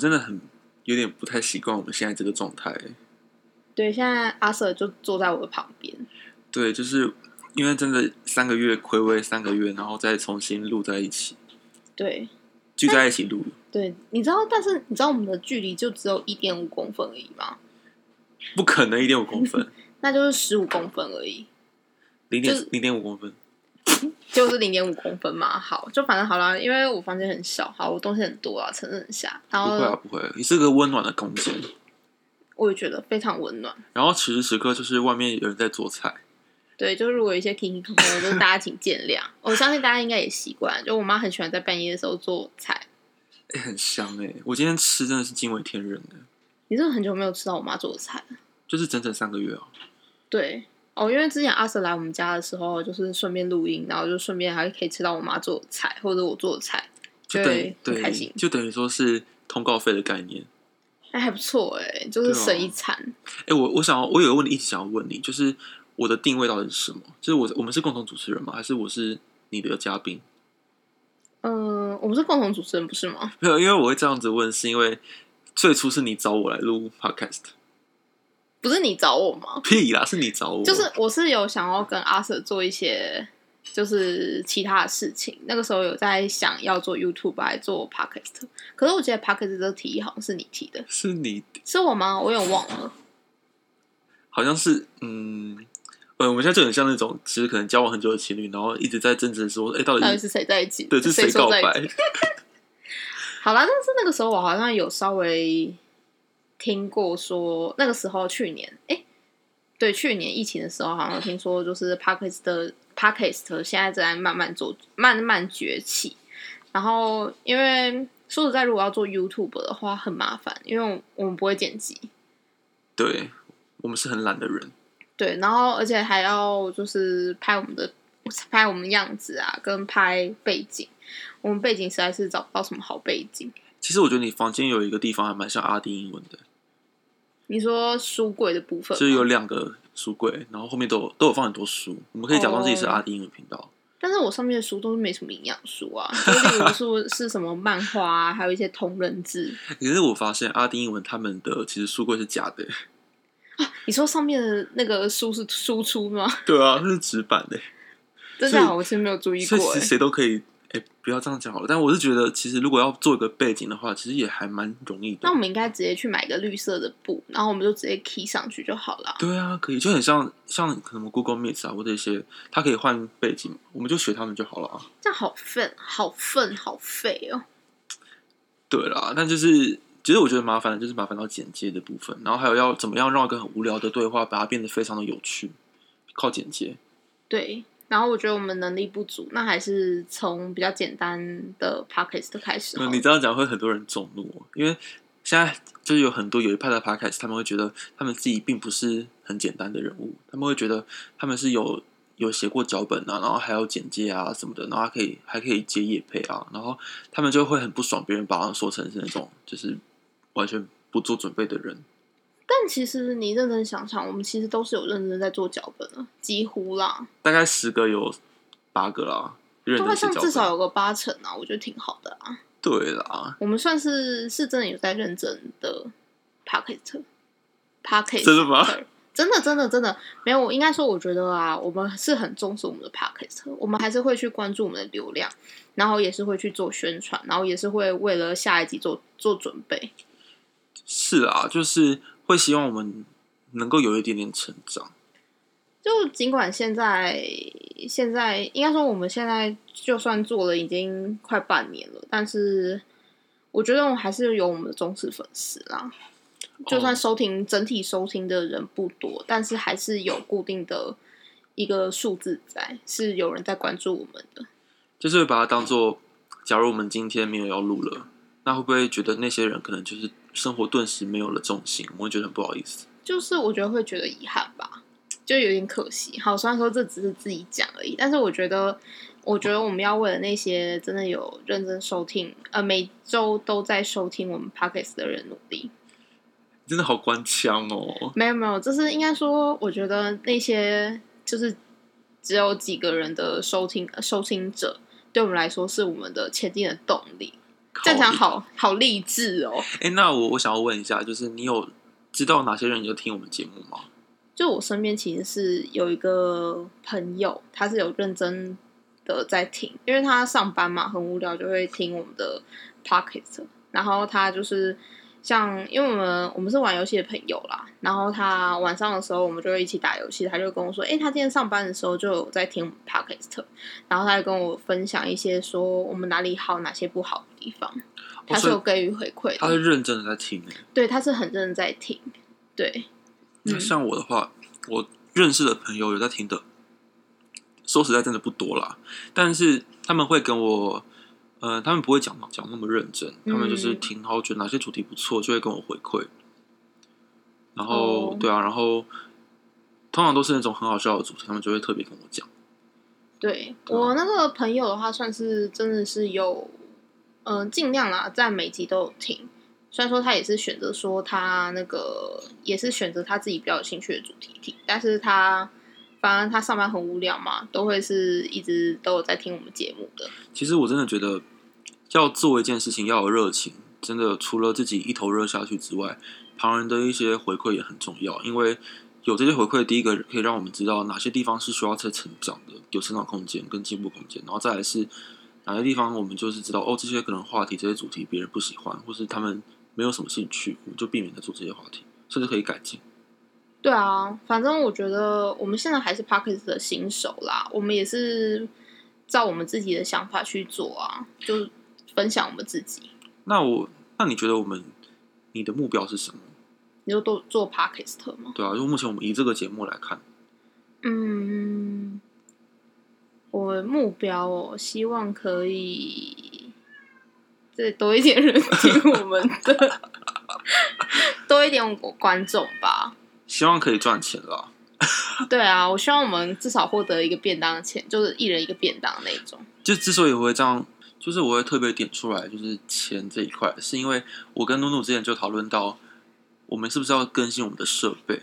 真的很有点不太习惯我们现在这个状态。对，现在阿 Sir 就坐在我的旁边，对，就是因为真的三个月暌违三个月，然后再重新录在一起，对聚在一起录，对，你知道，但是你知道我们的距离就只有一点五公分而已吗？不可能一点五公 分，那就是十五公分而已，零点就是零点五公分，就是零点五公分嘛。好，就反正好啦，因为我房间很小，好，我东西很多啊，承认一下。然不会啊后不会，你是个温暖的空间。我也觉得非常温暖。然后此时此刻就是外面有人在做菜，对，就是如果有一些 k i n k 朋友，就是大家请见谅。我相信大家应该也习惯，就我妈很喜欢在半夜的时候做菜。哎、很香哎、我今天吃真的是惊为天人的，你是不是很久没有吃到我妈做的菜了？就是整整三个月哦、对哦，因为之前阿 Sir 来我们家的时候，就是顺便录音，然后就顺便还可以吃到我妈做的菜或者我做的菜，就等于对很开对心，就等于说是通告费的概念。哎还不错哎、就是啊省一餐。哎、我我想要我有个问题一直想要问你，就是我的定位到底是什么？就是我我们是共同主持人吗？还是我是你的嘉宾？ 嗯、我们是共同主持人不是吗？没有，因为我会这样子问，是因为最初是你找我来录 podcast，不是你找我吗？屁啦，是你找我，就是我是有想要跟阿 Sir 做一些就是其他的事情，那个时候有在想要做 YouTube 还做 Podcast，可是我觉得 Podcast 这个提议好像是你提的，是你，是我吗？我有点忘了。好像是嗯。呃，我们现在就很像那种，其实可能交往很久的情侣，然后一直在争执说，哎、到到底底是谁在一起？对是谁谁说告在一白 起？？好啦，但是那个时候我好像有稍微听过说，那个时候去年，哎、对，去年疫情的时候，好像有听说就是 Podcast 的 Podcast 现在正在慢慢做，慢慢崛起。然后，因为说实在，如果要做 YouTube 的话，很麻烦，因为我们不会剪辑，对，我们是很懒的人，对，然后而且还要就是拍我们的拍我们样子啊，跟拍背景，我们背景实在是找不到什么好背景。其实我觉得你房间有一个地方还蛮像阿丁英文的，你说书柜的部分吗，就是有两个书柜，然后后面都有都有放很多书，我们可以假装自己是阿丁英文频道。但是我上面的书都是没什么营养书啊，就例如 说是什么漫画啊，还有一些同人志。可是我发现阿丁英文他们的其实书柜是假的， 你说上面的那个书是输出吗？对啊，那是纸板的，真的啊，我其实没有注意所过以其欸、实谁都可以。哎、不要这样讲好了。但我是觉得，其实如果要做一个背景的话，其实也还蛮容易那的我。们应该直接去买个绿色的布，然后我们就直接 key 上去就好了。对啊，可以，就很像像可能 Google Meet 啊，或者一些，它可以换背景，我们就学他们就好了啊。这样好愤，好愤，好废哦、对啦，但就是其实我觉得麻烦的就是麻烦到剪接的部分，然后还有要怎么样让一个很无聊的对话把它变得非常的有趣，靠剪接。对，然后我觉得我们能力不足，那还是从比较简单的 podcast 开始好那了。你这样讲会很多人众怒哦，因为现在就是有很多有一派的 podcast，他们会觉得他们自己并不是很简单的人物，他们会觉得他们是有有写过脚本啊，然后还有简介啊什么的，然后还可以还可以接业配啊，然后他们就会很不爽别人把他们说成是那种就是完全不做准备的人。但其实你认真想想，我们其实都是有认真在做脚本的，几乎啦，大概十个有八个啦，认都会真写上脚至少本。有个八成啊，我觉得挺好的啊。对啦，我们算是是真的有在认真的 pocket pocket，真的吗？真的真的真的没有，我应该说，我觉得啊，我们是很重视我们的 pocket，我们还是会去关注我们的流量，然后也是会去做宣传，然后也是会为了下一集做做准备。是啊，就是会希望我们能够有一点点成长。就尽管现在现在应该说我们现在就算做了已经快半年了，但是我觉得我们还是有我们的忠实粉丝啦。就算收听、整体收听的人不多，但是还是有固定的一个数字在，是有人在关注我们的。就是会把它当做，假如我们今天没有要录了，那会不会觉得那些人可能就是生活顿时没有了重心？我会觉得很不好意思。就是我觉得会觉得遗憾吧，就有点可惜。好，虽然说这只是自己讲而已，但是我觉得，我觉得我们要为了那些真的有认真收听，呃，每周都在收听我们 podcast 的人努力。真的好官腔哦！没有没有，就是应该说，我觉得那些就是只有几个人的收听、呃收听者，对我们来说是我们的前进的动力。这样讲好好励志哦。哎、那我我想要问一下，就是你有知道哪些人有听我们节目吗？就我身边其实是有一个朋友，他是有认真的在听，因为他上班嘛，很无聊就会听我们的 Pocket，然后他就是像，因为我们我们是玩游戏的朋友啦，然后他晚上的时候我们就会一起打游戏，他就跟我说，诶、他今天上班的时候就有在听我们 Pocket，然后他就跟我分享一些说我们哪里好，哪些不好的地方，他是哦所以有给予回馈他的，是认真的在听、欸。对，他是很认真在听，对，那嗯像我的话，我认识的朋友有在听的，说实在真的不多啦。但是他们会跟我，呃，他们不会讲讲那么认真，他们就是嗯听，然后觉得哪些主题不错，就会跟我回馈。然后，哦对啊，然后通常都是那种很好笑的主题，他们就会特别跟我讲。对对啊我那个朋友的话，算是真的是有，嗯、尽量啦，在每集都有听。虽然说他也是选择说他那个呃也是选择他自己比较有兴趣的主题听，但是他反正他上班很无聊嘛，都会是一直都有在听我们节目的。其实我真的觉得，要做一件事情要有热情，真的除了自己一头热下去之外，旁人的一些回馈也很重要。因为有这些回馈，第一个可以让我们知道哪些地方是需要在成长的，有成长空间跟进步空间，然后再来是哪些地方我们就是知道哦，这些可能话题、这些主题别人不喜欢，或是他们没有什么兴趣，我们就避免在做这些话题，甚至可以改进。对啊，反正我觉得我们现在还是 p a c k e t 的新手啦，我们也是照我们自己的想法去做啊，就分享我们自己。那我，那你觉得我们你的目标是什么？你就都做 p a c k e t 吗？对啊，就目前我们以这个节目来看，嗯，我的目标哦，希望可以再多一点人听我们的，多一点观众吧。希望可以赚钱啦。对啊，我希望我们至少获得一个便当钱，就是一人一个便当那种。就之所以我会这样，就是我会特别点出来，就是钱这一块，是因为我跟努努之前就讨论到，我们是不是要更新我们的设备？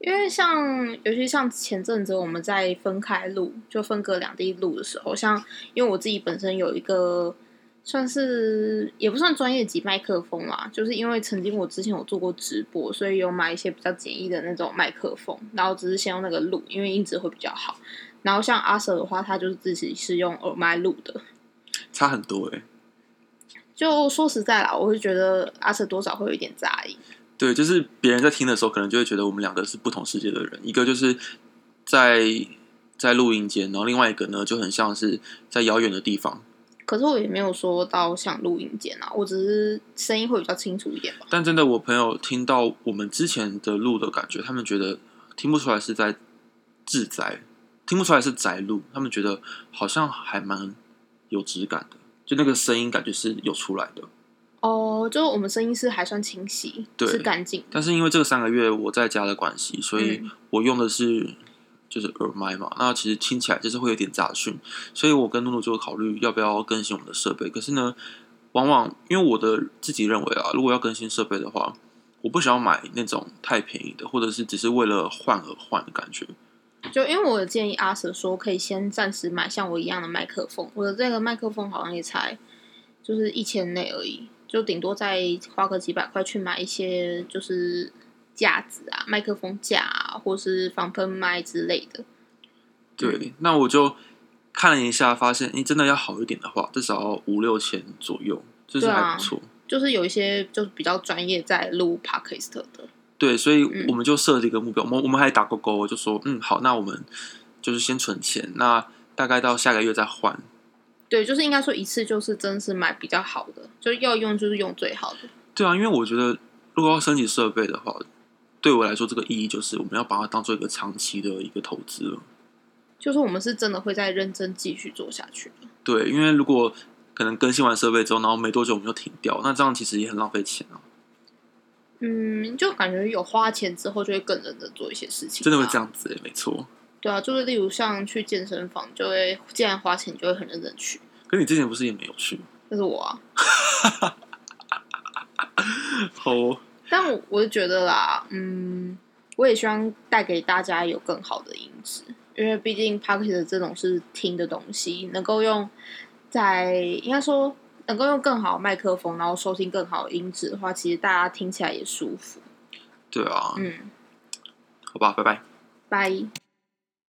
因为像，尤其像前阵子我们在分开录，就分隔两地录的时候，像因为我自己本身有一个算是也不算专业级麦克风啦，就是因为曾经我之前有做过直播，所以有买一些比较简易的那种麦克风，然后只是先用那个录，因为音质会比较好。然后像阿 Sir 的话，他就是自己是用耳麦录的。差很多欸诶、就说实在啦，我会觉得阿 Sir 多少会有一点杂音。对，就是别人在听的时候，可能就会觉得我们两个是不同世界的人，一个就是在在录音间，然后另外一个呢就很像是在遥远的地方。可是我也没有说到想录音间啊，我只是声音会比较清楚一点吧。但真的，我朋友听到我们之前的录的感觉，他们觉得听不出来是在自宅，听不出来是宅录，他们觉得好像还蛮有质感的，就那个声音感觉是有出来的。哦，就是我们声音是还算清晰，对是干净。但是因为这个三个月我在家的关系，所以嗯我用的是就是耳麦嘛，那其实听起来就是会有点杂讯，所以我跟露露就有考虑要不要更新我们的设备。可是呢，往往因为我的自己认为啊，如果要更新设备的话，我不想要买那种太便宜的，或者是只是为了换而换的感觉。就因为我有建议阿 Sir 说，可以先暂时买像我一样的麦克风。我的这个麦克风好像也才就是一千内而已，就顶多再花个几百块去买一些就是架子啊、麦克风架啊，或是防喷麦之类的。对，那我就看了一下，发现你真的要好一点的话，至少要五六千左右，就是对啊还不错。就是有一些就是比较专业在录 podcast 的，对，所以嗯我们就设了一个目标，我们我们还打勾勾，就说嗯好，那我们就是先存钱，那大概到下个月再换。对，就是应该说一次就是真是买比较好的，就要用就是用最好的。对啊，因为我觉得如果要升级设备的话，对我来说这个意义就是我们要把它当做一个长期的一个投资了。就是我们是真的会再认真继续做下去的。对，因为如果可能更新完设备之后，然后没多久我们就停掉，那这样其实也很浪费钱啊，嗯，就感觉有花钱之后就会更认真做一些事情，真的会这。样子、欸，没错。对啊，就是例如像去健身房，就会既然花钱就会很认真去。可你之前不是也没有去？ 这是我啊，好哦，但我我就觉得啦，嗯，我也希望带给大家有更好的音质，因为毕竟 p o c k e t 这种是听的东西，能够用在应该说能够用更好的麦克风，然后收听更好的音质的话，其实大家听起来也舒服。对啊，嗯，好吧，拜拜。拜。